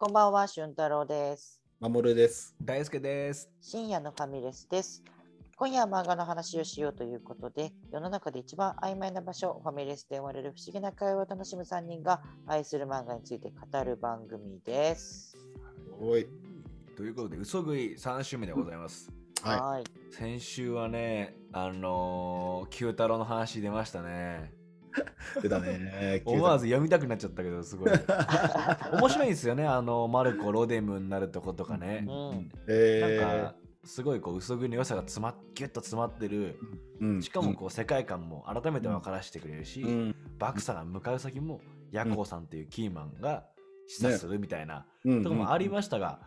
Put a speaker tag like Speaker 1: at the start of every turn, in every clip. Speaker 1: こんばんは、俊太郎です。
Speaker 2: まもるです。
Speaker 3: 大輔です。
Speaker 1: 深夜のファミレスです。今夜は漫画の話をしようということで、世の中で一番曖昧な場所、ファミレスで生まれる不思議な会話を楽しむ3人が愛する漫画について語る番組です。
Speaker 2: おい。
Speaker 3: ということで、嘘食い3週目でございます。
Speaker 2: はい
Speaker 1: い。
Speaker 3: 先週はね、あのー、九太郎の話出ましたね。
Speaker 2: 出 たね。
Speaker 3: 思わず読みたくなっちゃったけど、す ごい。面白いんですよね、あの、マルコ・ロデムになるとことかね。
Speaker 1: うん。
Speaker 2: え
Speaker 3: なん
Speaker 2: ー
Speaker 3: か、すごいこう、嘘食いの良さが詰まっ、ぎゅっと詰まってる。
Speaker 2: うん
Speaker 3: しかもこう、世界観も改めて分からせてくれるし、
Speaker 2: うん
Speaker 3: バクサが向かう先も、ヤコウさんっていうキーマンが示唆するみたいな。
Speaker 2: うん
Speaker 3: とかもありましたが、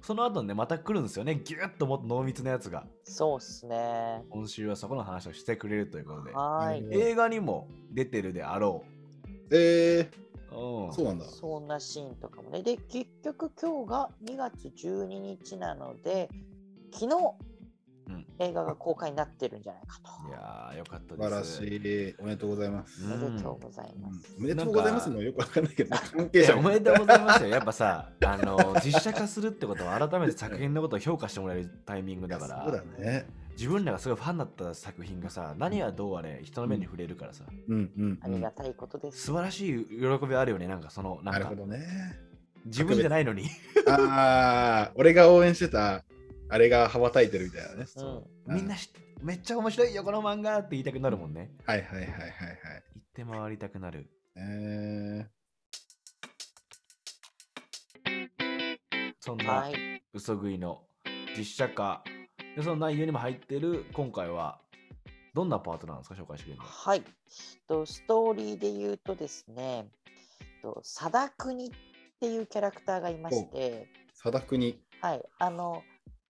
Speaker 3: その後にね、また来るんですよね。ぎゅっともっと濃密なやつが。
Speaker 1: そうっすね。
Speaker 3: 今週はそこの話をしてくれるということで。
Speaker 1: はーい。
Speaker 3: 映画にも出てるであろ
Speaker 2: え
Speaker 3: う。う
Speaker 2: ー、
Speaker 3: ん、
Speaker 2: そうなんだ。
Speaker 1: そんなシーンとかもね。で、結局今日が2月12日なので、昨日、
Speaker 3: うん
Speaker 1: 映画が公開になってるんじゃないかと。
Speaker 3: いやー、よかった
Speaker 2: 素
Speaker 3: で
Speaker 2: 晴ら
Speaker 3: す。
Speaker 2: しい。おめでとうございます。
Speaker 3: うん
Speaker 1: おめでとうございます。
Speaker 2: おめでとうございますもよくわかんないけど、関係
Speaker 3: い
Speaker 2: 者
Speaker 3: やおめでとうございますよ。やっぱさ、あの、実写化するってことは改めて作品のことを評価してもらえるタイミングだから、
Speaker 2: そうだね。
Speaker 3: 自分らがすごいファンだった作品がさ、何がどうあれ、人の目に触れるからさ、
Speaker 2: うんうん、
Speaker 1: ありがたいことです。
Speaker 3: 素晴らしい喜びあるよね、なんかその、な
Speaker 2: なんる
Speaker 3: か
Speaker 2: ほ、どね。
Speaker 3: 自分じゃないのに。
Speaker 2: ああ、俺が応援してた、あれが羽ばたいてるみたいなね。
Speaker 1: う
Speaker 3: そ
Speaker 2: うん
Speaker 3: みんなしめっちゃ面白いよこの漫画って言いたくなるもんね
Speaker 2: はいはいはいはいはい。
Speaker 3: 言って回りたくなる
Speaker 2: え
Speaker 3: そん
Speaker 1: ん。は。
Speaker 3: ない嘘食いの実写化でその内容にも入ってる今回はどんなパートなんですか紹介してくれるの
Speaker 1: はい。とストーリーで言うとですね、と貞国っていうキャラクターがいまして、
Speaker 2: ー、貞国。
Speaker 1: はい、あの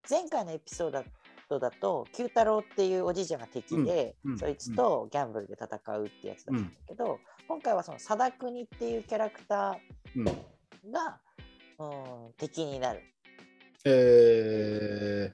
Speaker 1: 前回のエピソードだと九太郎っていうおじいちゃんが敵で、
Speaker 2: うんうん
Speaker 1: そいつとギャンブルで戦うってやつだったんだけど、今回はその貞国っていうキャラクタ
Speaker 2: うん、
Speaker 1: ーが、うん、敵になる
Speaker 2: え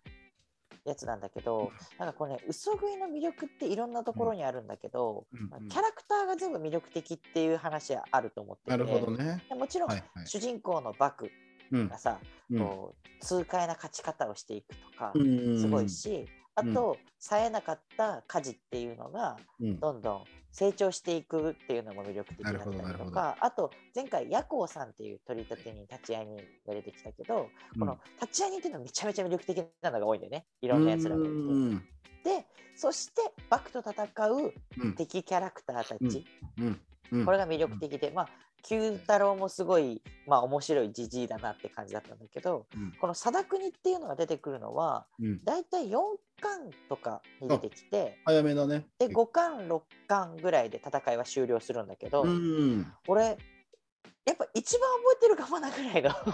Speaker 1: やつなんだけどなんかこれ、ね、嘘食いの魅力っていろんなところにあるんだけど、
Speaker 2: ー、うんうん
Speaker 1: キャラクターが全部魅力的っていう話はあると思ってて
Speaker 2: なるほどね。
Speaker 1: でもちろん、
Speaker 2: はいはい。
Speaker 1: 主人公のバク
Speaker 2: うん
Speaker 1: がさ、
Speaker 2: うん
Speaker 1: こう痛快な勝ち方をしていくとか
Speaker 2: うん
Speaker 1: すごいし、あと、冴えなかった家事っていうのが
Speaker 2: うん
Speaker 1: どんどん成長していくっていうのも魅力的だったり
Speaker 2: なるほ
Speaker 1: と
Speaker 2: どな
Speaker 1: かあと前回夜行さんっていう取り立てに立ち会いにが出てきたけど、この立ち会いにっていうのはめちゃめちゃ魅力的なのが多いんだよねいろんなやつらがいて。
Speaker 2: うん
Speaker 1: でそしてバクと戦う
Speaker 2: うん
Speaker 1: 敵キャラクターたち、
Speaker 2: うんうんうん
Speaker 1: これが魅力的で、まあ、九太郎もすごい、まあ、面白いじじいだなって感じだったんだけど、
Speaker 2: うん
Speaker 1: この貞国っていうのが出てくるのは、
Speaker 2: うん
Speaker 1: だいたい4巻とかに出てきて、
Speaker 2: 早めだね。
Speaker 1: で5巻、6巻ぐらいで戦いは終了するんだけど、
Speaker 2: うん。
Speaker 1: 俺、やっぱ一番覚えてるかもなぐらいの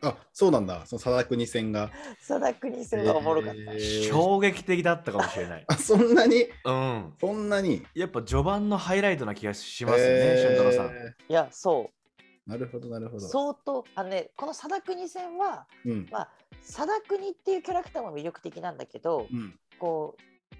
Speaker 2: あ、そうなんだ。その貞国戦が。
Speaker 1: 貞国戦がおもろかった。
Speaker 2: えー
Speaker 3: 衝撃的だったかもし れない
Speaker 2: あ、そんなに、
Speaker 3: うん
Speaker 2: そんなに。
Speaker 3: やっぱ序盤のハイライトな気がしますよね、
Speaker 2: えー
Speaker 3: 俊太郎さん
Speaker 1: いや、そ
Speaker 2: なるほど、なるほ
Speaker 1: う、
Speaker 2: ど。
Speaker 1: 相当、あのね、この貞国戦は、
Speaker 2: うん。
Speaker 1: まあ、貞国っていうキャラクターも魅力的なんだけど、
Speaker 2: うん。
Speaker 1: こう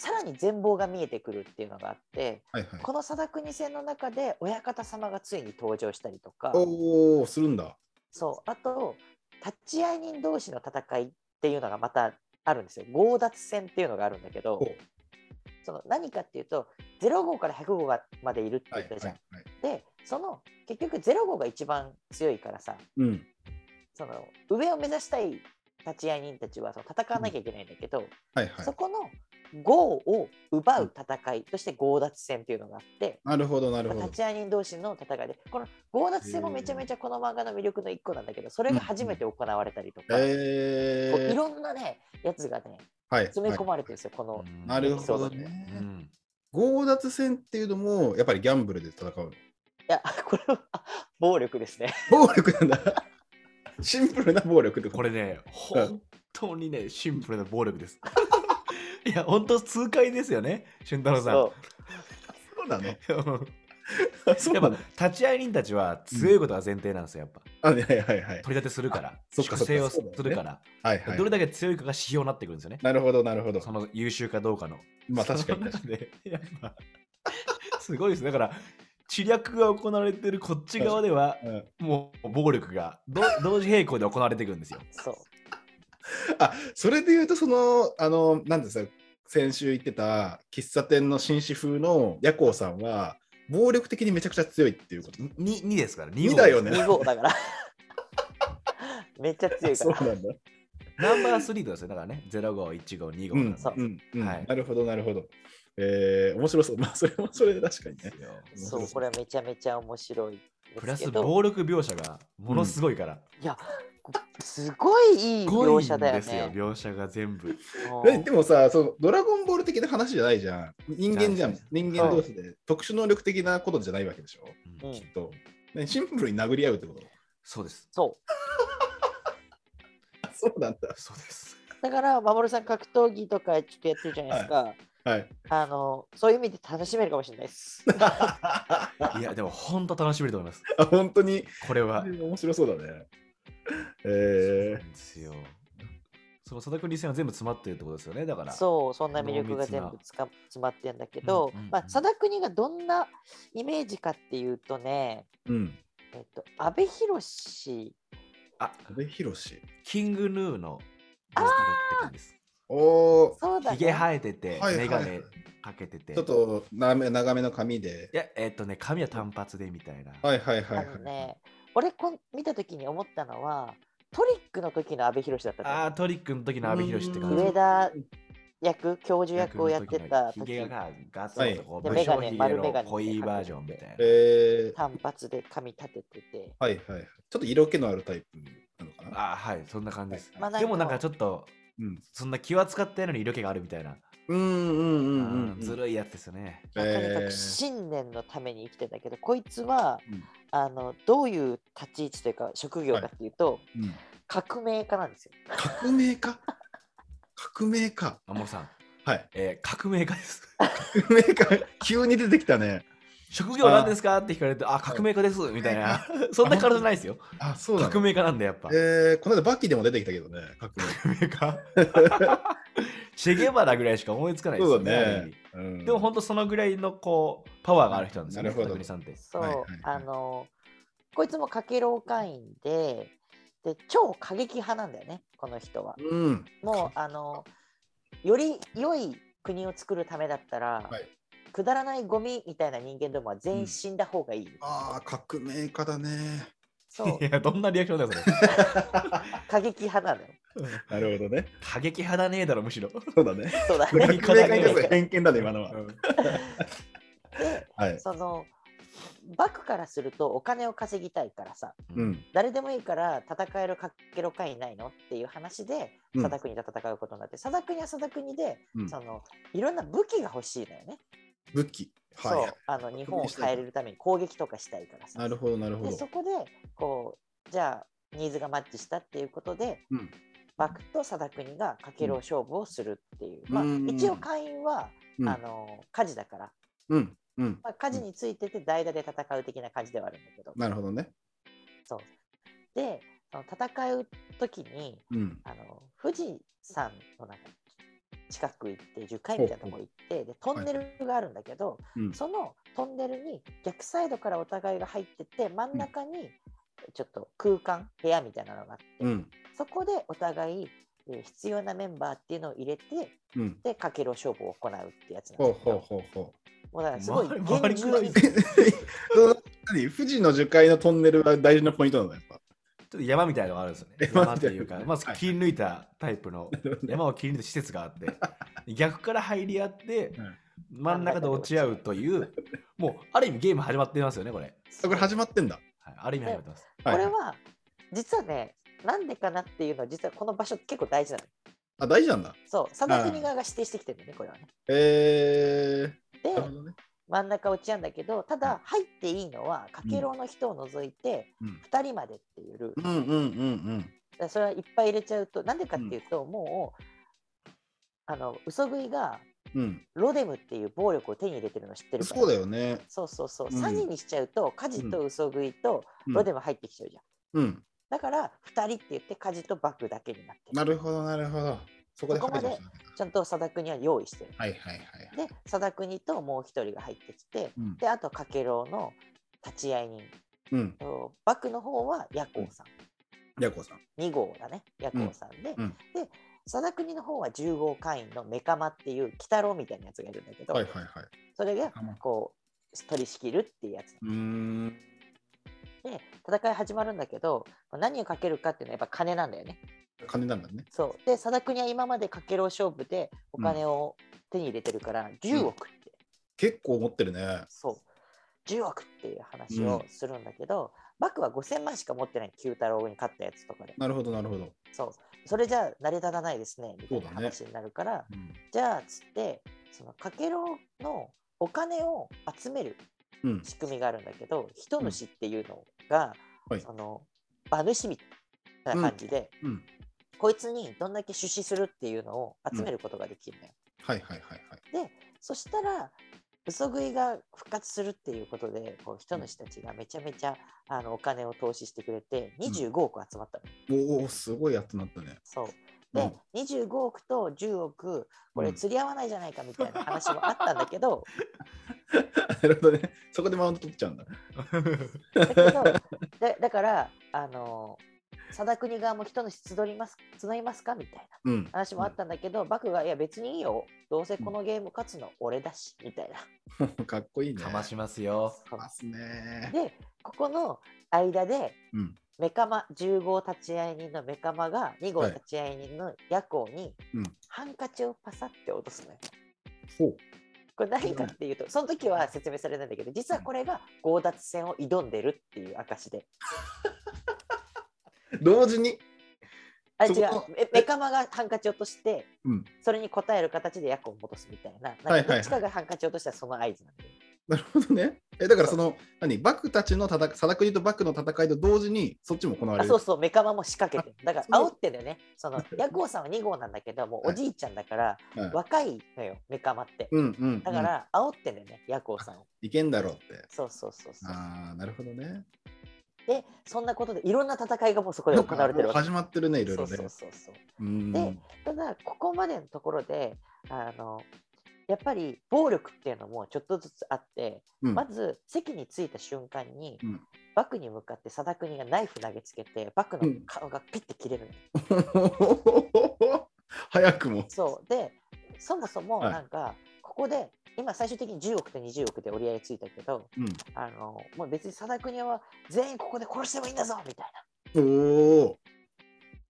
Speaker 1: さらに全貌が見えてくるっていうのがあって
Speaker 2: はいはい。
Speaker 1: この貞国戦の中で親方様がついに登場したりとか
Speaker 2: おお、するんだ。
Speaker 1: そうあと立会人同士の戦いっていうのがまたあるんですよ強奪戦っていうのがあるんだけど
Speaker 2: ほう
Speaker 1: その何かっていうと0号から100号がまでいるって
Speaker 2: は
Speaker 1: 言
Speaker 2: い
Speaker 1: った
Speaker 2: はい
Speaker 1: じゃん。
Speaker 2: はい。
Speaker 1: でその結局0号が一番強いからさ
Speaker 2: うん。
Speaker 1: その上を目指したい立会人たちはその戦わなきゃいけないんだけど、
Speaker 2: はいはい
Speaker 1: そ。この号を奪う戦いとして強奪戦っていうのがあって、
Speaker 2: なるほど、なるほど
Speaker 1: 立。ち会人同士の戦いで、この強奪戦もめちゃめちゃこの漫画の魅力の一個なんだけど、それが初めて行われたりとか、
Speaker 2: え
Speaker 1: こうい
Speaker 2: ー。
Speaker 1: ろんなね、やつがね、
Speaker 2: はい。
Speaker 1: 詰め込
Speaker 2: は
Speaker 1: まれてるんですよ、この。
Speaker 3: うん
Speaker 2: いなるほど
Speaker 3: う
Speaker 2: ね。
Speaker 3: ん
Speaker 2: 強奪戦っていうのも、やっぱりギャンブルで戦うの。
Speaker 1: いや、これはあ暴力ですね。
Speaker 2: 暴力なんだ。シンプルな暴力って
Speaker 3: こ
Speaker 2: れ。
Speaker 3: れね本当にねシンプルな暴力ですいや本当痛快ですよね俊太郎さん
Speaker 1: そう
Speaker 2: そう だね。
Speaker 3: うん
Speaker 2: そう
Speaker 3: や
Speaker 2: だ
Speaker 3: っ
Speaker 2: ね。
Speaker 3: ぱ立ち会い人たちは強いことが前提なんですよ、やっぱ。
Speaker 2: あ、はいはいはい。
Speaker 3: 取り立てするから、
Speaker 2: そっか
Speaker 3: 粛清を
Speaker 2: そ
Speaker 3: す
Speaker 2: っか
Speaker 3: るから、
Speaker 2: はいはい
Speaker 3: ど。れだけ強いかが指標になってくるんですよね。
Speaker 2: なるほど、なるほど。
Speaker 3: その優秀かどうかの。
Speaker 2: まあ確かに確か
Speaker 3: に。やっぱすごいです。だから、知略が行われてるこっち側では
Speaker 2: うん
Speaker 3: もう暴力がど同時並行で行われていくんですよ。
Speaker 1: そう。
Speaker 2: あそれで言うとそのあのなんですか先週言ってた喫茶店の紳士風の夜行さんは暴力的にめちゃくちゃ強いっていう こと
Speaker 3: に2ですから2
Speaker 2: 2だよね
Speaker 1: 2号だから。めっちゃ強いか
Speaker 2: そう
Speaker 1: ら。
Speaker 2: なんだ、
Speaker 3: ナンバー3とですよだからね0号1号2号
Speaker 2: う
Speaker 3: なん
Speaker 2: ん
Speaker 3: で
Speaker 1: そう
Speaker 2: うんうん
Speaker 3: はい
Speaker 2: なるほどなるほどえー、面白そうまあそれもそれで確かにね
Speaker 3: すよ。
Speaker 1: そう、これはめちゃめちゃ面白い
Speaker 3: プ
Speaker 1: で
Speaker 3: ラ
Speaker 1: す
Speaker 3: ス
Speaker 1: けど。
Speaker 3: 暴力描写がものすごいから。
Speaker 1: すごいいい
Speaker 3: すご
Speaker 1: 描
Speaker 3: いん
Speaker 1: 写だよ
Speaker 3: ですよ
Speaker 1: ね。
Speaker 3: 描写が全部。
Speaker 1: う
Speaker 2: え
Speaker 1: ん
Speaker 2: でもさそのドラゴンボール的な話じゃないじゃん人間じゃ
Speaker 3: じゃないで
Speaker 2: ん
Speaker 3: す
Speaker 2: 人間同士で特殊能力的なことじゃないわけでしょ
Speaker 1: うん
Speaker 2: きっとねシンプルに殴り合うってこと
Speaker 3: そうです。
Speaker 1: そ
Speaker 2: あそうなんだ
Speaker 3: そうです。
Speaker 1: う。だから、まもるさん格闘技とかちょっとやってるじゃないですか。
Speaker 2: はい
Speaker 1: あの、そういう意味で楽しめるかもしれないです。
Speaker 3: いやでも本当楽しめると思います。
Speaker 2: あ本当に
Speaker 3: これは。
Speaker 2: 面白そうだね。
Speaker 3: そう
Speaker 2: え
Speaker 3: なんですよ。その佐田君理線は全部詰まってるってことですよねだから。
Speaker 1: そう、そんな魅力が全部つか詰まってるんだけど、
Speaker 3: うんうんうん
Speaker 1: まあ、貞国がどんなイメージかっていうとね、
Speaker 2: ー、うん。
Speaker 1: えっと、阿部寛
Speaker 3: あ
Speaker 2: 阿部寛。
Speaker 3: キングヌーのボーカルって感じです。
Speaker 2: おお、
Speaker 1: そうだ
Speaker 3: ひげ
Speaker 1: ね。
Speaker 3: 生えてて、
Speaker 2: はいは
Speaker 3: メ
Speaker 2: い
Speaker 3: ガネかけてて。
Speaker 2: ちょっと長め長めの髪で
Speaker 3: い。や、えっ、とね、髪は単発でみたいな。
Speaker 2: はいはいはい
Speaker 1: あ
Speaker 2: はい。
Speaker 1: のね、俺こん見た時に思ったのは、トリックの時の阿部寛だったと思う
Speaker 3: あートリックの時の阿部寛って
Speaker 2: う
Speaker 3: 感
Speaker 2: ん
Speaker 3: じ。
Speaker 1: 上田役、教授役をやってた
Speaker 3: ひげ
Speaker 1: 時、
Speaker 3: がガツ
Speaker 2: は
Speaker 3: ン
Speaker 2: い
Speaker 3: とこう、
Speaker 1: で
Speaker 3: 武将
Speaker 1: メ
Speaker 3: ひ
Speaker 1: ガ
Speaker 3: げ
Speaker 1: ネ丸メガ
Speaker 3: の
Speaker 1: ネ
Speaker 3: 濃いバージョンみたいな。
Speaker 2: えー、
Speaker 1: 単発で髪立ててて、
Speaker 2: はいはい。ちょっと色気のあるタイプなのかな。
Speaker 3: あーはい、そんな感じです。
Speaker 1: まあ
Speaker 3: でもなんかちょっと、
Speaker 2: うん
Speaker 3: そんな気は使ってないのに色気があるみたいな。
Speaker 2: うんうんう
Speaker 3: うん
Speaker 2: うんうん。
Speaker 3: ずるいやつですよね。
Speaker 1: まあとにか
Speaker 2: え
Speaker 1: く
Speaker 2: ー
Speaker 1: 信念のために生きてんだけど、こいつは、
Speaker 2: うん
Speaker 1: あのどういう立ち位置というか職業かっていうと、
Speaker 2: うん
Speaker 1: 革命家なんですよ。
Speaker 2: 革命家。革命家。
Speaker 3: あもうさん、
Speaker 2: はい。
Speaker 3: えー革命家です。
Speaker 2: 革命家。急に出てきたね。
Speaker 3: 職業なんですかって聞かれて、あ、革命家ですみたいな。 そんな体じゃないですよ。
Speaker 2: あ、そうな
Speaker 3: 革
Speaker 2: の。
Speaker 3: 命家なんで、やっぱ。
Speaker 2: えー、この間バッキーでも出てきたけどね。革命
Speaker 3: 革命家 チェゲバラぐらいしか思いつかないです
Speaker 2: そ
Speaker 3: よ
Speaker 2: う
Speaker 3: ね。あ
Speaker 2: だ
Speaker 3: る意
Speaker 2: ね
Speaker 3: 味。
Speaker 2: う ん
Speaker 3: でも本当そのぐらいのこうパワーがある人なんですよね、
Speaker 2: なるほど
Speaker 3: 片栗さんって。
Speaker 1: そう、
Speaker 2: はいはいはい
Speaker 1: あのこいつもかけろう会員でで超過激派なんだよねこの人は。
Speaker 2: うん。
Speaker 1: もうあのより良い国を作るためだったら、
Speaker 2: はい
Speaker 1: くだらないゴミみたいな人間どもは全員死んだ方がいい。
Speaker 2: ああ、革命家だね。
Speaker 1: そう
Speaker 3: いや、どんなリアクションだよ、それ。
Speaker 1: 過激派なのよ。
Speaker 2: なるほどね。
Speaker 3: 過激派だねえだろ、むしろ。
Speaker 2: そうだね。
Speaker 1: そうだ
Speaker 2: 革
Speaker 1: ね。
Speaker 2: 命家に対する偏見だね、今のは。
Speaker 1: で
Speaker 2: はい。
Speaker 1: そのバクからするとお金を稼ぎたいからさ
Speaker 2: うん。
Speaker 1: 誰でもいいから戦えるかけろかいないのっていう話で
Speaker 2: うん
Speaker 1: 貞国と戦うことになって貞国は貞国で、
Speaker 2: うん
Speaker 1: そのいろんな武器が欲しいのよね、
Speaker 2: 武器。は
Speaker 1: そうあの日本を
Speaker 2: 確認したい
Speaker 1: 変えれるために攻撃とかしたいから
Speaker 2: い。
Speaker 1: さ
Speaker 2: なるほど、なるほ
Speaker 1: でそ
Speaker 2: ど。
Speaker 1: こでこうじゃあニーズがマッチしたっていうことで、
Speaker 2: うん
Speaker 1: バクと貞国がかけろ勝負をするっていう、
Speaker 2: うん
Speaker 1: まあ
Speaker 2: うん
Speaker 1: 一応会員は、
Speaker 2: うん
Speaker 1: あの家事だから、
Speaker 2: うん。うん。
Speaker 1: まあ、家事についてて代打で戦う的な感じではあるんだけど、
Speaker 2: なるほどね。
Speaker 1: そうでその戦う時に
Speaker 2: うん。
Speaker 1: あの富士山のなんか近く行って樹海みたいなとこ行ってでトンネルがあるんだけど、
Speaker 2: うん
Speaker 1: そのトンネルに逆サイドからお互いが入ってって真ん中にちょっと空間部屋みたいなのがあって、
Speaker 2: うん。
Speaker 1: そこでお互いえー必要なメンバーっていうのを入れて
Speaker 2: うん。
Speaker 1: でかけろ勝負を行うってやつなん
Speaker 2: ほう
Speaker 1: ですけ
Speaker 2: ほう
Speaker 1: ど
Speaker 2: ほう ほ
Speaker 1: もうだからすごい
Speaker 3: 回り
Speaker 1: 厳重
Speaker 3: 回りくどい
Speaker 1: に
Speaker 3: です
Speaker 2: う。その何富士の樹海のトンネルは大事なポイントなのやっぱ。
Speaker 3: ちょっと山みたいなのがあるんですよね。山
Speaker 2: 山
Speaker 3: っ
Speaker 2: み
Speaker 3: て
Speaker 2: たいな
Speaker 3: いうか、まず切り抜いたタイプの、山を切り抜いた施設があって、逆から入り合って
Speaker 2: うん、
Speaker 3: 真ん中で落ち合うという、もうある意味ゲーム始まってますよね、これ。
Speaker 2: あこれ始まってんだ。
Speaker 3: はい、ある意味始まってます。
Speaker 2: はい
Speaker 1: これは実はねなんでかなっていうのは実はこの場所結構大事なの
Speaker 2: あ、大事なんだ。
Speaker 1: そう貞国側が指定してきてるんだよねこれはね
Speaker 2: えー。なるほ
Speaker 1: で
Speaker 2: どね。
Speaker 1: 真ん中落ちやんだけどた
Speaker 2: は
Speaker 1: だ入っていいのはかけろうの人を除いて
Speaker 2: うん
Speaker 1: 2人までっていうルール
Speaker 2: う
Speaker 1: だか
Speaker 2: んうんうん
Speaker 1: らそれはいっぱい入れちゃうとなんでかっていうともうあの嘘食いが
Speaker 2: うん。うん。
Speaker 1: ロデムっていう暴力を手に入れてるの知ってるから
Speaker 2: そうだよね。
Speaker 1: そうそうそう
Speaker 2: うん
Speaker 1: 詐欺にしちゃうと家事と嘘食いと
Speaker 2: うん
Speaker 1: ロデム入ってきちゃうじゃん
Speaker 2: うん。
Speaker 1: だから2人って言って家事とバクだけになって
Speaker 2: なるほど、なるほど。そこで
Speaker 1: そこまで
Speaker 2: 入ってましたね
Speaker 1: ちゃんと貞国は用意してる。
Speaker 2: はいはいはい。
Speaker 1: で貞国ともう一人が入ってきて
Speaker 2: うん
Speaker 1: であとかけろうの立ち会い人
Speaker 2: うん。
Speaker 1: と幕の方は夜行さん、
Speaker 2: ヤコさん。
Speaker 1: 2号だね夜行さんで、
Speaker 2: うん
Speaker 1: で貞国の方は10号会員のメカマっていう鬼太郎みたいなやつがいるんだけど、
Speaker 2: はいはいはい。
Speaker 1: それが
Speaker 2: あまあ
Speaker 1: こう取り仕切るっていうやつ
Speaker 2: うーん。
Speaker 1: で戦い始まるんだけど何をかけるかっていうのはやっぱ金なんだよね。
Speaker 2: 金なんだね。
Speaker 1: そうで貞国は今までかけろ勝負でお金を手に入れてるから10億って、
Speaker 2: 結構持ってるね。
Speaker 1: そう10億っていう話をするんだけど、幕は5000万しか持ってない九太郎に勝ったやつとかで
Speaker 2: なるほどなるほど。
Speaker 1: そうそれじゃあ成り立たないですねみたい
Speaker 2: そう
Speaker 1: な
Speaker 2: だね
Speaker 1: 話になるから、
Speaker 2: うん。
Speaker 1: じゃあつってそのかけろのお金を集める
Speaker 2: うん、
Speaker 1: 仕組みがあるんだけど人主っていうのが、
Speaker 2: はい
Speaker 1: その馬主みたいな感じで、
Speaker 2: うん
Speaker 1: こいつにどんだけ出資するっていうのを集めることができるのよ。
Speaker 2: はいはいはいはい。
Speaker 1: そしたら嘘食いが復活するっていうことでこう人主たちがめちゃめちゃあのお金を投資してくれて25億集まったの。
Speaker 2: おお、すごいやつになったね。
Speaker 1: そう
Speaker 2: う
Speaker 1: で
Speaker 2: ん、
Speaker 1: 25億と10億これ
Speaker 2: うん
Speaker 1: 釣り合わないじゃないかみたいな話もあったんだけど、
Speaker 2: なるほどね。そこでマウント取っちゃうんだ。
Speaker 1: だけどだだからあの貞国側も人の集ります集いますかみたいな
Speaker 2: うん。
Speaker 1: 話もあったんだけど、幕が「いや別にいいよどうせこのゲーム勝つの俺だし」みたいな。
Speaker 2: かっこいいね。
Speaker 3: かましますよ。
Speaker 2: ますね。
Speaker 1: でここの間で、
Speaker 2: うん
Speaker 1: メカマ10号立ち会い人のメカマが2号
Speaker 2: はい
Speaker 1: 立ち会い人の夜行に、
Speaker 2: うん
Speaker 1: ハンカチをパサって落とすのよ。
Speaker 2: ほ
Speaker 1: これ何かっていうと、その時は説明されないんだけど実はこれが強奪戦を挑んでるっていう証で。
Speaker 2: う。同時に。
Speaker 1: あ違う
Speaker 2: そこ
Speaker 1: メメカマがハンカチ落として
Speaker 2: うん。
Speaker 1: それに応える形で役を戻すみたいな、なんか
Speaker 2: はいはいはい
Speaker 1: どっちかがハンカチ落としたらその合図なんで、
Speaker 2: なるほどね。え、だからその、何、バクたちの戦い、貞国とバクの戦いと同時に、そっちも行われ
Speaker 1: あ
Speaker 2: る。
Speaker 1: そうそう、メカマも仕掛けてる、だから
Speaker 2: そう
Speaker 1: 煽ってんだよね、そ のヤクオさんは2号なんだけど、もうおじいちゃんだから、
Speaker 2: はい
Speaker 1: 若いのよ、メカマって。
Speaker 2: うんうん。
Speaker 1: だか
Speaker 2: うん、
Speaker 1: ら、煽ってんだよね、ヤクオさんを。
Speaker 2: いけんだろうって。
Speaker 1: そうそうそうそう。
Speaker 2: ああ、なるほどね。
Speaker 1: で、そんなことで、いろんな戦いがもうそこで行われてる
Speaker 2: もう
Speaker 1: わけ。
Speaker 2: 始まってるね、いろい
Speaker 1: そ
Speaker 2: ろ
Speaker 1: う
Speaker 2: ね。
Speaker 1: そうそうそう。
Speaker 2: うん。
Speaker 1: でただ、ここまでのところで、あの、やっぱり暴力っていうのもちょっとずつあって、
Speaker 2: うん
Speaker 1: まず席に着いた瞬間に、
Speaker 2: うん
Speaker 1: バクに向かって貞国がナイフ投げつけてバクの顔がピッて切れるの、
Speaker 2: 早くも。
Speaker 1: そうでそもそも
Speaker 2: はい
Speaker 1: なんか、ここで今最終的に10億と20億で折り合いついたけど
Speaker 2: う。
Speaker 1: あのもう別に貞国は全員ここで殺してもいいんだぞみたいなん
Speaker 2: おお。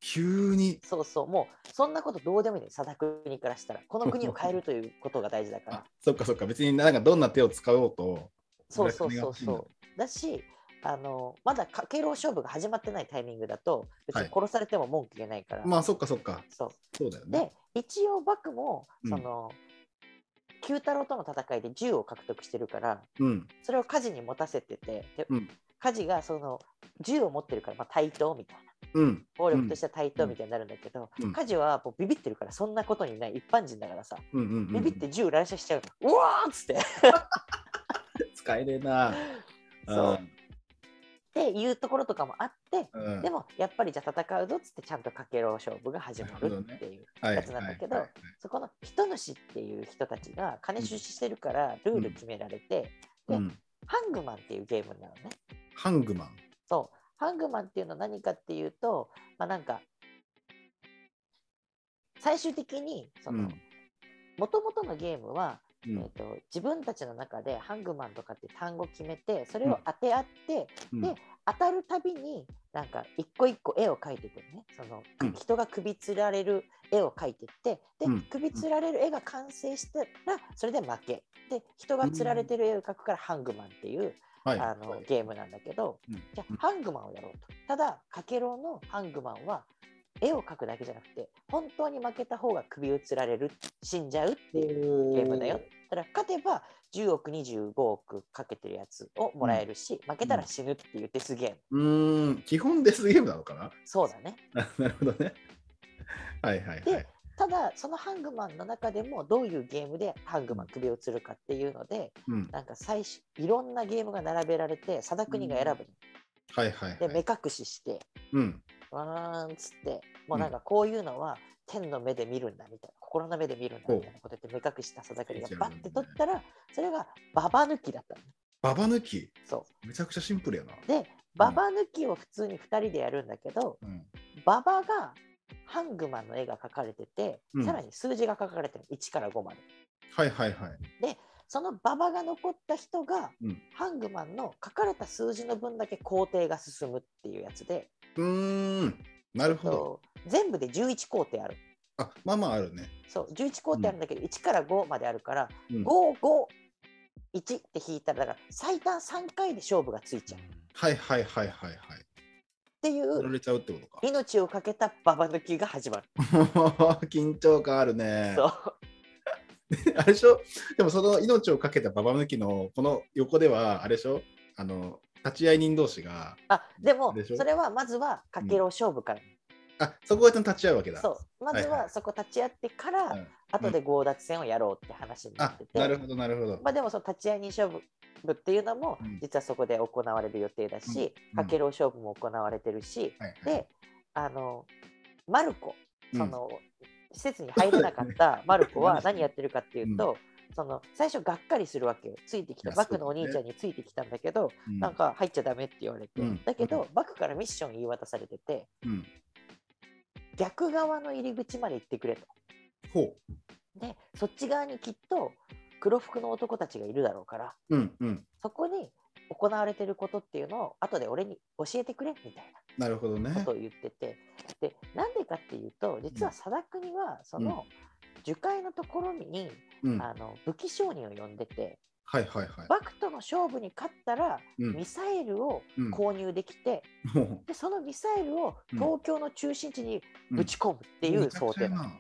Speaker 2: 急に。
Speaker 1: そうそうもうそんなことどうでもいいね貞国からしたらこの国を変えるということが大事だから
Speaker 2: あ、そっかそっか。別になんかどんな手を使おうと。
Speaker 1: そうそうそう
Speaker 2: ブラックが欲しいん
Speaker 1: そうだしあのまだか敬老勝負が始まってないタイミングだと別
Speaker 2: は
Speaker 1: に
Speaker 2: い
Speaker 1: 殺されても文句言えないから、
Speaker 2: まあそっかそっか。
Speaker 1: そう
Speaker 2: そうだよね。
Speaker 1: で一応バクも
Speaker 2: うん
Speaker 1: その、九太郎との戦いで銃を獲得してるから
Speaker 2: うん。
Speaker 1: それをカジに持たせててで、
Speaker 2: うん
Speaker 1: カジがその銃を持ってるから、まあ、対等みたいな
Speaker 2: うん。
Speaker 1: 暴力としては対等みたいになるんだけど、
Speaker 2: うん
Speaker 1: カジはもうビビってるからそんなことにない一般人だからさ
Speaker 2: うんうんうん。
Speaker 1: ビビって銃乱射しちゃうの、うわーっつって
Speaker 2: 使えねえな。
Speaker 1: そうっていうところとかもあって
Speaker 2: うん。うん
Speaker 1: でもやっぱりじゃあ戦うぞっつってちゃんとかけろ勝負が始まるっていう。
Speaker 2: はい
Speaker 1: やつなんだけど
Speaker 2: はいはい
Speaker 1: そこの人主っていう人たちが金出資してるからルール決められて、で
Speaker 2: うん、
Speaker 1: ハングマンっていうゲームなのね。
Speaker 2: ハングマン。
Speaker 1: そうハングマンっていうのは何かっていうと、まあ、なんか最終的にその、元々のゲームは、
Speaker 2: うん
Speaker 1: えー、と自分たちの中でハングマンとかって単語決めてそれを当て合って、
Speaker 2: うん
Speaker 1: で当たるたびになんか一個一個絵を描いていくのねその、
Speaker 2: うん
Speaker 1: 人が首吊られる絵を描いてってで、
Speaker 2: うん
Speaker 1: 首吊られる絵が完成したらそれで負けで人が吊られてる絵を描くからハングマンっていう、
Speaker 2: はい
Speaker 1: あのゲームなんだけど、
Speaker 2: うん
Speaker 1: じゃ
Speaker 2: うん
Speaker 1: あハングマンをやろうとただかけろうのハングマンは絵を描くだけじゃなくて本当に負けた方が首を吊られる死んじゃうっていうゲームだよ。ただ勝てば10億25億かけてるやつをもらえるし、負けたら死ぬっていうデスゲーム、
Speaker 2: うーん、基本デスゲームなのかな
Speaker 1: そうだね
Speaker 2: なるほどね。はいはいはい
Speaker 1: で。ただそのハングマンの中でもどういうゲームでハングマン首を吊るかっていうので
Speaker 2: うん、
Speaker 1: なんか最初いろんなゲームが並べられて貞国が選ぶの、
Speaker 2: はいはい、
Speaker 1: で
Speaker 2: は
Speaker 1: 目
Speaker 2: い。
Speaker 1: 隠しして
Speaker 2: うん、
Speaker 1: わーんっつって、もうなんかこういうのは天の目で見るんだみたいな、心の目で見るんだみたいなこと言って目隠したさざかりが
Speaker 2: そう
Speaker 1: バッて取ったら、それがババ抜きだったの。
Speaker 2: ババ抜き、
Speaker 1: そ
Speaker 2: めちゃくちゃシンプルやな。
Speaker 1: う。で、ババ抜きを普通に2人でやるんだけど、
Speaker 2: うん、
Speaker 1: ババがハングマンの絵が描かれてて
Speaker 2: う、ん
Speaker 1: さらに数字が描かれてる、1から5まで。
Speaker 2: はいはいはい。
Speaker 1: そのババが残った人が、
Speaker 2: うん
Speaker 1: ハングマンの書かれた数字の分だけ工程が進むっていうやつで、
Speaker 2: うーん、なるほど。
Speaker 1: と全部で11工程ある。
Speaker 2: あ、まあまああるね。
Speaker 1: そう11工程あるんだけど、1から5まであるから
Speaker 2: うん、はい
Speaker 1: 551って引いたらだから最短3回で勝負がついちゃうっ
Speaker 2: はいはいはいはい。
Speaker 1: てい
Speaker 2: 取ら
Speaker 1: う
Speaker 2: れちゃうってことか。
Speaker 1: 命を懸けたババ抜きが始まる。
Speaker 2: 緊張感あるね。
Speaker 1: そう
Speaker 2: あれでしょでもその命をかけたババ抜きのこの横ではあれでしょあの立ち会い人同士が
Speaker 1: あでも
Speaker 2: でしょ
Speaker 1: それはまずはかけろ勝負から、
Speaker 2: あそこが立ち会うわけだ。
Speaker 1: そうまず
Speaker 2: はいは
Speaker 1: はそこ立ち会ってから、
Speaker 2: うん
Speaker 1: 後で強奪戦をやろうって話になっ
Speaker 2: あ
Speaker 1: てて、
Speaker 2: なるほどなるほど。
Speaker 1: まあ、でもその立ち会い人勝負っていうのも
Speaker 2: うん
Speaker 1: 実はそこで行われる予定だし、
Speaker 2: うんうん
Speaker 1: かけろ勝負も行われてるし、
Speaker 2: はいはい
Speaker 1: であのマルコ
Speaker 2: うん
Speaker 1: その、施設に入れなか ったマルコは何やってるかっていうと、その最初がっかりするわけよついてきた
Speaker 2: いや
Speaker 1: バク
Speaker 2: そ
Speaker 1: の
Speaker 2: う
Speaker 1: お
Speaker 2: だね
Speaker 1: 兄ちゃんについてきたんだけど、
Speaker 2: うん
Speaker 1: なんか入っちゃダメって言われて、
Speaker 2: うん
Speaker 1: だけど、バクからミッション言い渡されてて
Speaker 2: うん、
Speaker 1: 逆側の入り口まで行ってくれと
Speaker 2: ほ
Speaker 1: でそっち側にきっと黒服の男たちがいるだろうから
Speaker 2: う。うんうん。
Speaker 1: そこに行われてることっていうのを後で俺に教えてくれみたい
Speaker 2: なるほどね
Speaker 1: なこ。とを言っててでなんでかっていうと実は貞国はその樹海のところに、
Speaker 2: うん、は
Speaker 1: あの武器商人を呼んでて
Speaker 2: いはいはい。
Speaker 1: バクとの勝負に勝ったら
Speaker 2: うん
Speaker 1: ミサイルを
Speaker 2: うん
Speaker 1: 購入できて、
Speaker 2: ほう
Speaker 1: でそのミサイルを東京の中心地にぶち込むってい
Speaker 2: め
Speaker 1: う
Speaker 2: ちゃく
Speaker 1: 想
Speaker 2: ちゃ
Speaker 1: 定
Speaker 2: や
Speaker 1: なの、
Speaker 2: な。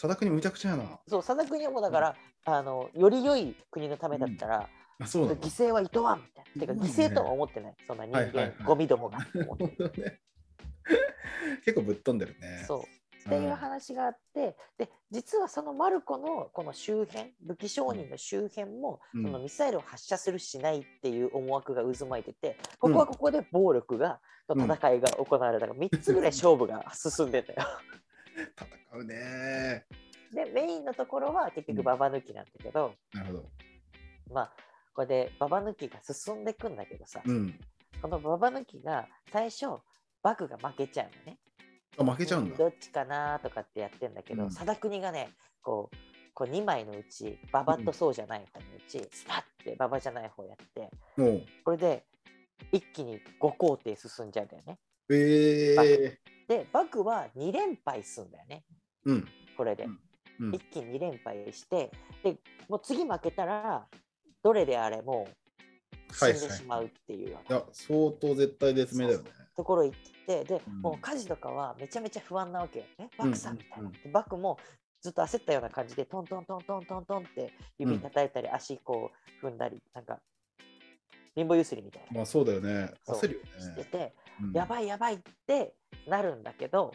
Speaker 2: 佐田君にむちゃくちゃやな。
Speaker 1: そう貞国はもうだから、あのより良い国のためだったら、
Speaker 2: あそうなの。
Speaker 1: 犠牲はいとわんみたいな。てか
Speaker 2: そうなんだ
Speaker 1: 犠牲とは思ってない。そんな人間、
Speaker 2: はいはいはい
Speaker 1: ゴミどもが思って
Speaker 2: な
Speaker 1: る
Speaker 2: るほど ね 結構ぶっ飛んでるね。
Speaker 1: そう。
Speaker 2: う
Speaker 1: っ
Speaker 2: ん
Speaker 1: ていう話があって、で実はそのマルコのこの周辺武器商人の周辺も、
Speaker 2: うん
Speaker 1: そのミサイルを発射するしないっていう思惑が渦巻いててここはここで暴力が、
Speaker 2: うん
Speaker 1: と戦いが行われたから3つぐらい勝負が進んでたよ。
Speaker 2: 戦うね。
Speaker 1: でメインのところは結局ババ抜きなんだけど、
Speaker 2: なるほど。
Speaker 1: まあこれでババ抜きが進んでくんだけどさ、
Speaker 2: うん。
Speaker 1: このババ抜きが最初バクが負けちゃうのね。
Speaker 2: あ負けちゃうんだ。
Speaker 1: どっちかなとかってやってんだけど、
Speaker 2: うん
Speaker 1: 貞国がねこうこう2枚のうちババッとそうじゃない方のうち、スパッてババじゃない方やって
Speaker 2: もう。
Speaker 1: これで一気に5工程進んじゃうんだよね。
Speaker 2: ええ
Speaker 1: でバクは2連敗すんだよね
Speaker 2: うん。
Speaker 1: これで、
Speaker 2: うん
Speaker 1: 一気に2連敗してでもう次負けたらどれであれもう死んでしまうっていうよう
Speaker 2: い
Speaker 1: な
Speaker 2: や、相当絶対絶命だよね。
Speaker 1: ところ行ってで、
Speaker 2: うん
Speaker 1: もう家事とかはめちゃめちゃ不安なわけよねバクさんみたいな、
Speaker 2: うんうん
Speaker 1: でバクもずっと焦ったような感じでトントントントントントンって指叩いたり、足こう踏んだりなんか貧乏ゆすりみたいな
Speaker 2: まあそうだよね。
Speaker 1: そう
Speaker 2: 焦るよ
Speaker 1: して
Speaker 2: ね。
Speaker 1: て、
Speaker 2: うん
Speaker 1: やばいやばいってなるんだけど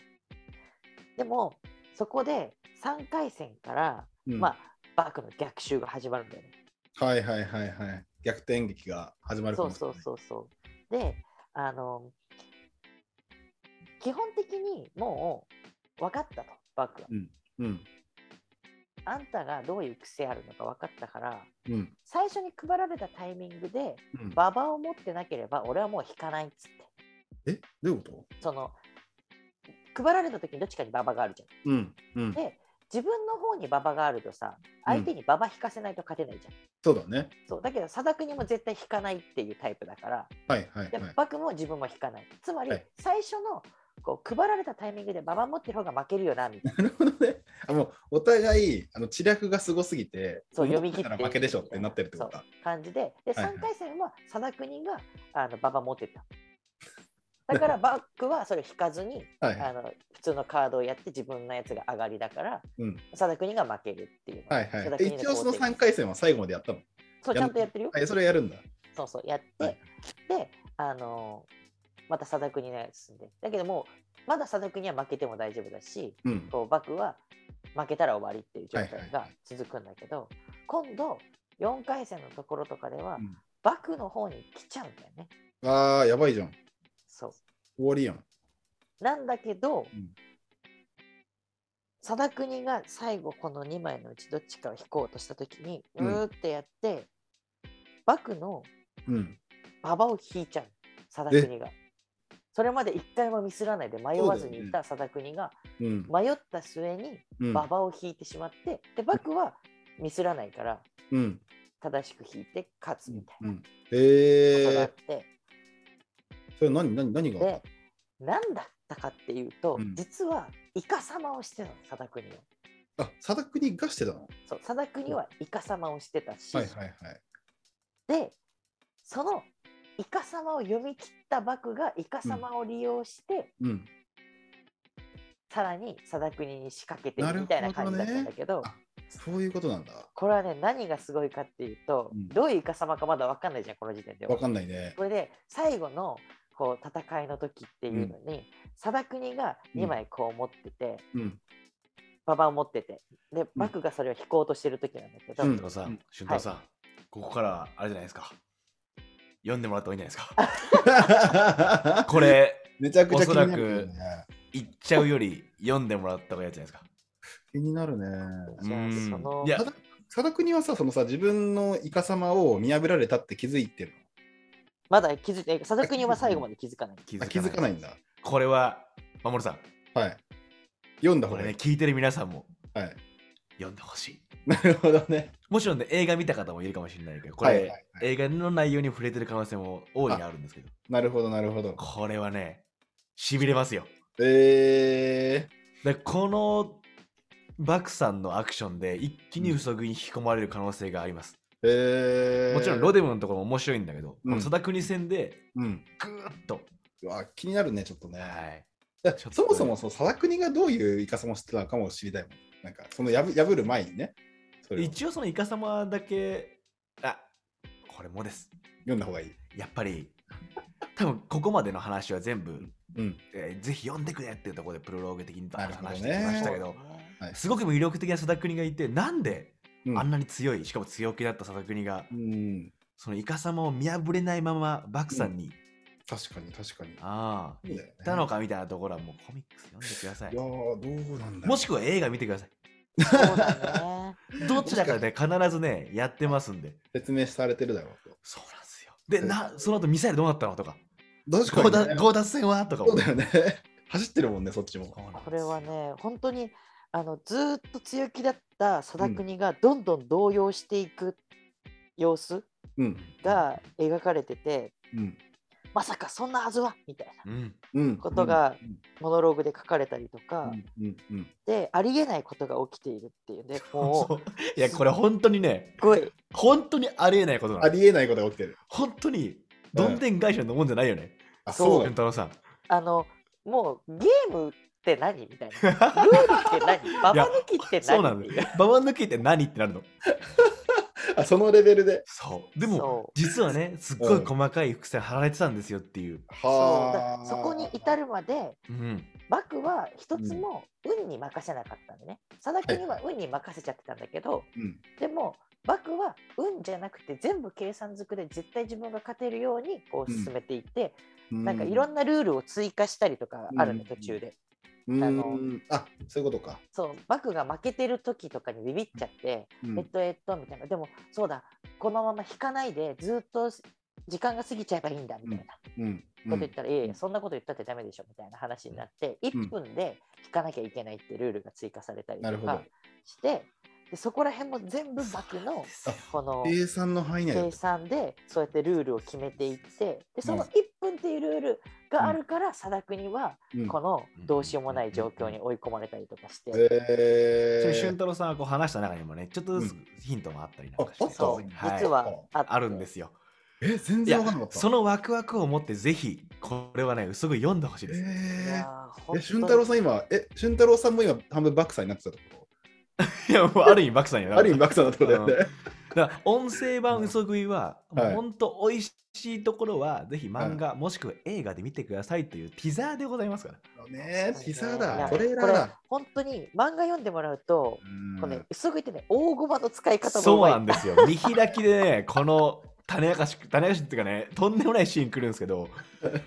Speaker 1: でもそこで3回戦から、
Speaker 2: うん
Speaker 1: まあバクの逆襲が始まるんだよね。
Speaker 2: はいはいはいはい。逆転劇が始まるか
Speaker 1: そ
Speaker 2: も
Speaker 1: う
Speaker 2: しれ
Speaker 1: そ
Speaker 2: な
Speaker 1: う
Speaker 2: い。
Speaker 1: そうそう。で、あの、基本的にもう分かったと、バックは。
Speaker 2: うん。
Speaker 1: あんたがどういう癖あるのか分かったから、
Speaker 2: うん。
Speaker 1: 最初に配られたタイミングで、
Speaker 2: うん、
Speaker 1: ババを持ってなければ俺はもう引かないっつって。
Speaker 2: えどういうこと
Speaker 1: その、配られた時にどっちかにババがあるじゃん。
Speaker 2: うん。うん。
Speaker 1: で、自分の方にババがあるとさ、相手にババ引かせないと勝てないじゃん。
Speaker 2: そうだね。
Speaker 1: そうだけど、佐田君にも絶対引かないっていうタイプだから、
Speaker 2: はいはい
Speaker 1: で
Speaker 2: はい。
Speaker 1: バクも自分も引かない。つまり
Speaker 2: はい、
Speaker 1: 最初のこう配られたタイミングでババ持ってる方が負けるよな、みたいな。
Speaker 2: なるほどね。あもうお互いあの知略がすごすぎて、
Speaker 1: そう読み切って
Speaker 2: 戻たら負けでしょってなってるってことだ。
Speaker 1: 感じで。で、
Speaker 2: はいはい
Speaker 1: 3回戦は貞国があのババ持ってた。だ からバックはそれを引かずに、
Speaker 2: はいは
Speaker 1: あの普通のカードをやって自分のやつが上がりだから、
Speaker 2: うん
Speaker 1: 貞国が負けるっていう。
Speaker 2: い。はい
Speaker 1: そ
Speaker 2: は
Speaker 1: れ
Speaker 2: い
Speaker 1: だ
Speaker 2: え
Speaker 1: けの
Speaker 2: 一応その
Speaker 1: 工程
Speaker 2: 3回戦は最後までやったの。
Speaker 1: そう、ちゃんとやってるよ。
Speaker 2: はい、それやるんだ。
Speaker 1: そうそう、やって、
Speaker 2: はい
Speaker 1: で、あのーまた貞国のやつ進んで。だけどもう、まだ貞国は負けても大丈夫だし、
Speaker 2: うん。
Speaker 1: こうバクは負けたら終わりっていう状
Speaker 2: はいは
Speaker 1: 態
Speaker 2: いは
Speaker 1: が続くんだけど、今度4回戦のところとかでは、
Speaker 2: うん
Speaker 1: バクの方に来ちゃうんだよね。
Speaker 2: ああ、やばいじゃん。
Speaker 1: そう
Speaker 2: 終わりやん。
Speaker 1: なんだけど、
Speaker 2: うん
Speaker 1: 貞国が最後この2枚のうちどっちかを引こうとした時にう
Speaker 2: うん
Speaker 1: ーってやって、幕の
Speaker 2: うん。
Speaker 1: 馬場を引いちゃう貞国が。それまで一回もミスらないで迷わずにいた貞国が
Speaker 2: うん。
Speaker 1: 迷った末に
Speaker 2: うん。
Speaker 1: 馬場を引いてしまって、で幕はミスらないから
Speaker 2: うん。
Speaker 1: 正しく引いて勝つみたいな
Speaker 2: うん。
Speaker 1: ことがあっ
Speaker 2: えー、
Speaker 1: て。
Speaker 2: それ何、何、何が
Speaker 1: で何だったかっていうと、
Speaker 2: うん
Speaker 1: 実はイカ様をしてたの貞国は
Speaker 2: あ、貞国がしてたの
Speaker 1: そう貞国はイカ様をしてたし、
Speaker 2: はいはいはい。
Speaker 1: でそのイカ様を読み切った幕がイカ様を利用して、
Speaker 2: うん。
Speaker 1: さらに貞国に仕掛けて
Speaker 2: なる
Speaker 1: る
Speaker 2: ほ
Speaker 1: み
Speaker 2: ど
Speaker 1: た
Speaker 2: ね
Speaker 1: いな感じだったんだけど
Speaker 2: あそういうことなんだ。
Speaker 1: これはね何がすごいかっていうと、
Speaker 2: うん
Speaker 1: どういうイカ様かまだ分かんないじゃんこの時点では
Speaker 2: わ。かんないね。
Speaker 1: これで最後のこう戦いの時っていうのに、貞国が2枚こう持ってて、
Speaker 2: うん。
Speaker 1: ババを持っててで幕がそれを引こうとしてる時なんだけど、
Speaker 2: うん
Speaker 3: 俊太郎さ、
Speaker 2: うん
Speaker 3: 俊太郎さん、ここからはあれじゃないですか。読んでもらった方がいいんじゃないです か。これ、
Speaker 2: めちゃくちゃ気になる
Speaker 3: おそら
Speaker 2: ね
Speaker 3: く。言っちゃうより読んでもらった方がいいじゃないですか。
Speaker 2: 気になるね。
Speaker 1: じゃあ
Speaker 3: うん
Speaker 1: その
Speaker 3: いや
Speaker 2: た、だ貞国はさ、そのさ、自分のイカ様を見破られたって気づいてる
Speaker 1: まだ気づいて佐々木には最後まで気づかない。
Speaker 3: 気
Speaker 2: のあ気づかないんだ。
Speaker 3: これは、守さん、
Speaker 2: はい。読んだ
Speaker 3: こ
Speaker 2: 方
Speaker 3: れ
Speaker 2: がいい
Speaker 3: ね、。聞いてる皆さんも
Speaker 2: はい。
Speaker 3: 読んでほしい。
Speaker 2: なるほどね。
Speaker 3: もちろんね、映画見た方もいるかもしれないけど、こ
Speaker 2: はいはい
Speaker 3: れ
Speaker 2: は、い
Speaker 3: 映画の内容に触れてる可能性も大いにあるんですけど、
Speaker 2: なるほど、なるほど。
Speaker 3: これはね、しびれますよ。
Speaker 2: え
Speaker 3: でこのバクさんのアクションで一気に嘘食いに引き込まれる可能性があります。
Speaker 2: ー、えー、
Speaker 3: もちろんロデムのところも面白いんだけど、
Speaker 2: うん
Speaker 3: この貞国戦で
Speaker 2: うん。
Speaker 3: ぐーっと、
Speaker 2: うわ、気になるね、ちょっとね。
Speaker 3: はい、
Speaker 2: いや
Speaker 3: ちょっとね
Speaker 2: そもそも、その貞国がどういうイカ様を知ってたのかも知りたいもん。なんか、その破破る前にね、それを
Speaker 3: 一応そのイカ様だけあこれもです
Speaker 2: 読んだ方がいい。
Speaker 3: やっぱり多分ここまでの話は全部、
Speaker 2: うん。
Speaker 3: えーぜひ読んでくれっていうところでプロローグ的にバーッと
Speaker 2: なる
Speaker 3: 話
Speaker 2: ほ
Speaker 3: して
Speaker 2: どね
Speaker 3: きましたけど、すごく魅力的な貞国がいてなんで
Speaker 2: うん
Speaker 3: あんなに強い、しかも強気だった貞国が
Speaker 2: うん。
Speaker 3: そのイカ様を見破れないままバクさんに、
Speaker 2: 確かに、確かに。
Speaker 3: ああ
Speaker 2: そう
Speaker 3: 行
Speaker 2: だよね
Speaker 3: ったのかみたいなところはもうコミックス読んでくださ
Speaker 2: いや
Speaker 3: い
Speaker 2: ー、どうなんだろう
Speaker 3: もしくは映画見てください
Speaker 1: そうだね。
Speaker 3: どちらかで必ずね、やってますんで。
Speaker 2: 説明されてるだろうと。
Speaker 3: そうなんですよ。で、な、その後ミサイルどうなったのとか、
Speaker 2: 確
Speaker 3: 強
Speaker 2: かに、
Speaker 3: 奪
Speaker 2: ね。
Speaker 3: 強奪戦はとかも
Speaker 2: そうだよね。 走ってるもんね、そっちも。
Speaker 3: そうなんですよ
Speaker 1: これはね本当にあのずーっと強気だった貞国がどんどん動揺していく様子
Speaker 2: うん。
Speaker 1: が描かれてて、
Speaker 2: うん。
Speaker 1: まさかそんなはずはみたいな
Speaker 3: うん。
Speaker 2: うん。
Speaker 1: ことが
Speaker 2: うん、
Speaker 1: モノローグで書かれたりとか、
Speaker 2: うん。うん。うん。
Speaker 1: でありえないことが起きているっていうねもう
Speaker 3: そういや、これ本当にね、
Speaker 1: すごい
Speaker 3: 本当にありえないことな
Speaker 2: あ
Speaker 3: の。
Speaker 2: りえないことが起きてる。
Speaker 3: 本当に、どんでん返しのもんじゃないよね。
Speaker 2: あ、
Speaker 1: そう
Speaker 2: そう
Speaker 3: 健
Speaker 2: だ。
Speaker 3: 太郎さん。
Speaker 1: あのもうゲームって何みたいな ルールって何ババ抜きって
Speaker 3: そうな
Speaker 1: 何
Speaker 3: の
Speaker 1: っていう
Speaker 3: よ。ババ抜きって何ってなるの。
Speaker 2: あ、そのレベルで。
Speaker 3: そう。でも
Speaker 1: そ、
Speaker 3: 実はね、すっごい細かい伏線張られてたんですよっていう。
Speaker 1: そうだ
Speaker 2: はあ。
Speaker 1: そこに至
Speaker 2: る。
Speaker 1: るまで
Speaker 3: うん。
Speaker 1: バクは一つも運に任せなかったんでね貞木には運に任せちゃってたんだけど
Speaker 2: うん。
Speaker 1: でもバクは運じゃなくて全部計算づくで絶対自分が勝てるようにこう
Speaker 2: うん
Speaker 1: 進めていって、
Speaker 2: う
Speaker 1: なんかいろんなルールを追加したりとかあるの、
Speaker 2: うん
Speaker 1: 途中で。
Speaker 2: うん
Speaker 1: あの
Speaker 2: あ、そういうことか。
Speaker 1: そうバクが負けてる時とかにビビっちゃって、
Speaker 2: うん
Speaker 1: えっとえっとみたいなでもそうだこのまま引かないでずっと時間が過ぎちゃえばいいんだみたいなこ
Speaker 2: うん。う
Speaker 1: と
Speaker 2: ん
Speaker 1: 言ったら、いやいやそんなこと言ったってダメでしょみたいな話になって
Speaker 2: うん
Speaker 1: 1分で引かなきゃいけないってルールが追加されたり
Speaker 2: なる
Speaker 1: と
Speaker 2: ほど
Speaker 1: かしてでそこら辺も全部幕のこの
Speaker 2: 計算の範囲内だ
Speaker 1: 計
Speaker 2: った。
Speaker 1: 算でそうやってルールを決めていってでその
Speaker 2: うん
Speaker 1: 1分っていうルールがあるから貞国は
Speaker 2: うん
Speaker 1: このどうしようもない状況に追い込まれたりとかして。
Speaker 2: え
Speaker 3: ちなみに俊
Speaker 2: ー。
Speaker 3: 太郎さんはこう話した中にもね、ちょっとずつヒントもあったりなんかして、
Speaker 2: ああった
Speaker 1: そう
Speaker 3: はい
Speaker 1: 実はって
Speaker 3: あるんですよ。
Speaker 2: え、全
Speaker 3: い
Speaker 2: 然
Speaker 3: や
Speaker 2: わかんなかっ、た。
Speaker 3: そのワクワクを持って、ぜひ、これはね、すぐ読んでほしいです。
Speaker 1: い
Speaker 2: え
Speaker 1: やー
Speaker 2: ー。
Speaker 1: 本当
Speaker 2: え、
Speaker 1: に
Speaker 2: 俊太郎さん今、え、俊太郎さんも今、半分バクさんになってたってこ
Speaker 3: いや、もうある意味、バクさんや
Speaker 2: とある意味バク
Speaker 3: ク
Speaker 2: さんだったんだよね。
Speaker 3: だから音声版嘘食いは、
Speaker 2: はい
Speaker 3: もうほんと美味しいところは、ぜひ漫画、もしくは映画で見てくださいというティザーでございますから。
Speaker 2: ねえ、ピザ
Speaker 1: いや
Speaker 2: だ、トレーラ
Speaker 1: こ
Speaker 2: ー
Speaker 1: れ
Speaker 2: だ。
Speaker 1: 本当に漫画読んでもらうと、
Speaker 2: うん
Speaker 1: このね、すぐ言ってね、大駒の使い方も
Speaker 3: そう
Speaker 1: まい
Speaker 3: なんですよ。見開きでね、この種明かし種明かしっていうかねとんでもないシーン来るんですけど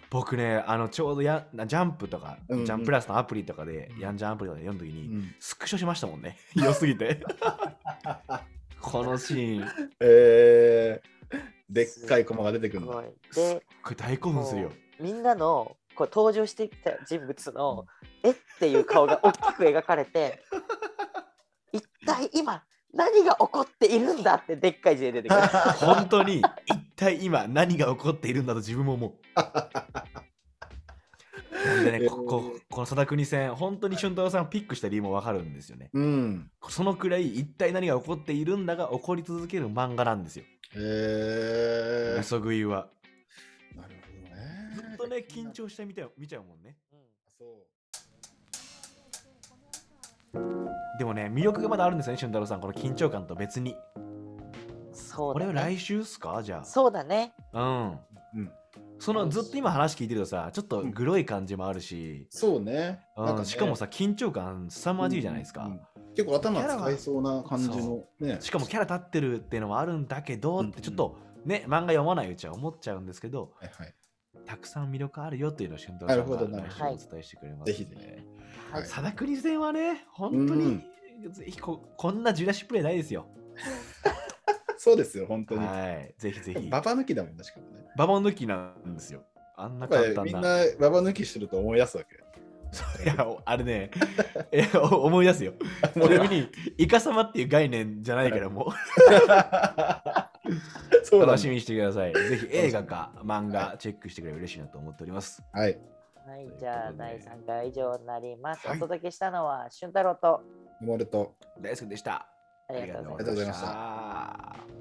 Speaker 3: 僕ねあのちょうどやジャンプとか、
Speaker 2: うんうん
Speaker 3: ジャンプラスのアプリとかで、
Speaker 2: うん
Speaker 3: ヤンジャンアプリとかで読むときに、
Speaker 2: うん
Speaker 3: スクショしましたもんね 良すぎてこのシーン
Speaker 2: えーでっかい駒が出てく
Speaker 1: す
Speaker 2: るん
Speaker 1: ご
Speaker 2: だ。
Speaker 1: い。
Speaker 3: すっ
Speaker 1: で、
Speaker 3: ごい大興奮するよ
Speaker 1: もうみんなのこう登場してきた人物のえっていう顔が大きく描かれ て一体今何が起こっているんだってでっかい字で出てく る
Speaker 3: 本当に一体今何が起こっているんだと自分も思う。なんでね、こここの貞国戦本当に俊太郎さんをピックした理由もわかるんですよね。
Speaker 2: うん。
Speaker 3: そのくらい一体何が起こっているんだが起こり続ける漫画なんですよ。
Speaker 2: えー、
Speaker 3: 嘘食いは。
Speaker 2: なる
Speaker 3: ずっ
Speaker 2: ほど
Speaker 3: と
Speaker 2: ね。
Speaker 3: ね緊張して見て見ちゃうもんね。
Speaker 2: そう
Speaker 3: でもね魅力がまだあるんですよね俊太郎さんこの緊張感と別に。
Speaker 1: そう
Speaker 3: これ
Speaker 1: だ
Speaker 3: は
Speaker 1: ね。
Speaker 3: 来週っすかじゃ
Speaker 1: そうだね。
Speaker 3: あ。うん。
Speaker 2: うん
Speaker 3: そのずっと今話聞いてるとさちょっとグロい感じもあるし、
Speaker 2: そうね。
Speaker 3: うん
Speaker 2: なんかね
Speaker 3: しかもさ緊張感凄まじいじゃないですか。
Speaker 2: うん結構頭使いそうな感じ
Speaker 3: キャラ
Speaker 2: の
Speaker 3: は
Speaker 2: ね。
Speaker 3: しかもキャラ立ってるっていうのもあるんだけど
Speaker 2: うん
Speaker 3: ってちょっとね漫画読まないうちは思っちゃうんですけど
Speaker 2: はいはい。
Speaker 3: たくさん魅力あるよっていうのを俊太郎さんが
Speaker 2: なるほどなる
Speaker 3: 来
Speaker 2: ほ
Speaker 3: 週
Speaker 1: ど
Speaker 3: お伝えしてくれますの
Speaker 2: ぜひ
Speaker 3: で
Speaker 2: はい
Speaker 3: 貞国戦はね本当にぜひここんなジュラシックプレイないですよ
Speaker 2: そうですよ、本当に。
Speaker 3: はいぜひぜひ
Speaker 2: ババ抜きだもんね、しかもね。
Speaker 3: ババ抜きなんですよあん
Speaker 2: や
Speaker 3: な
Speaker 2: っぱ
Speaker 3: 簡
Speaker 2: り
Speaker 3: 単
Speaker 2: みん
Speaker 3: な
Speaker 2: なババ抜きしてると思い出すわけ。
Speaker 3: そういやおあれねいやお思い出す よちなみにイカ様っていう概念じゃな いからもう
Speaker 2: そうだ
Speaker 3: 楽
Speaker 2: ね
Speaker 3: しみにしてくださいぜひ映画か漫
Speaker 2: は
Speaker 3: 画チェックしてくれば嬉しいなと思っております
Speaker 2: はい。
Speaker 1: はい、じゃあ
Speaker 3: という
Speaker 1: 第
Speaker 3: ことで
Speaker 1: 3回以上になります。お
Speaker 2: はい
Speaker 1: 届けしたのは俊太郎と
Speaker 2: 埋もれと。
Speaker 3: 大好きでした。
Speaker 1: ありがとうございます
Speaker 2: ありがとうございました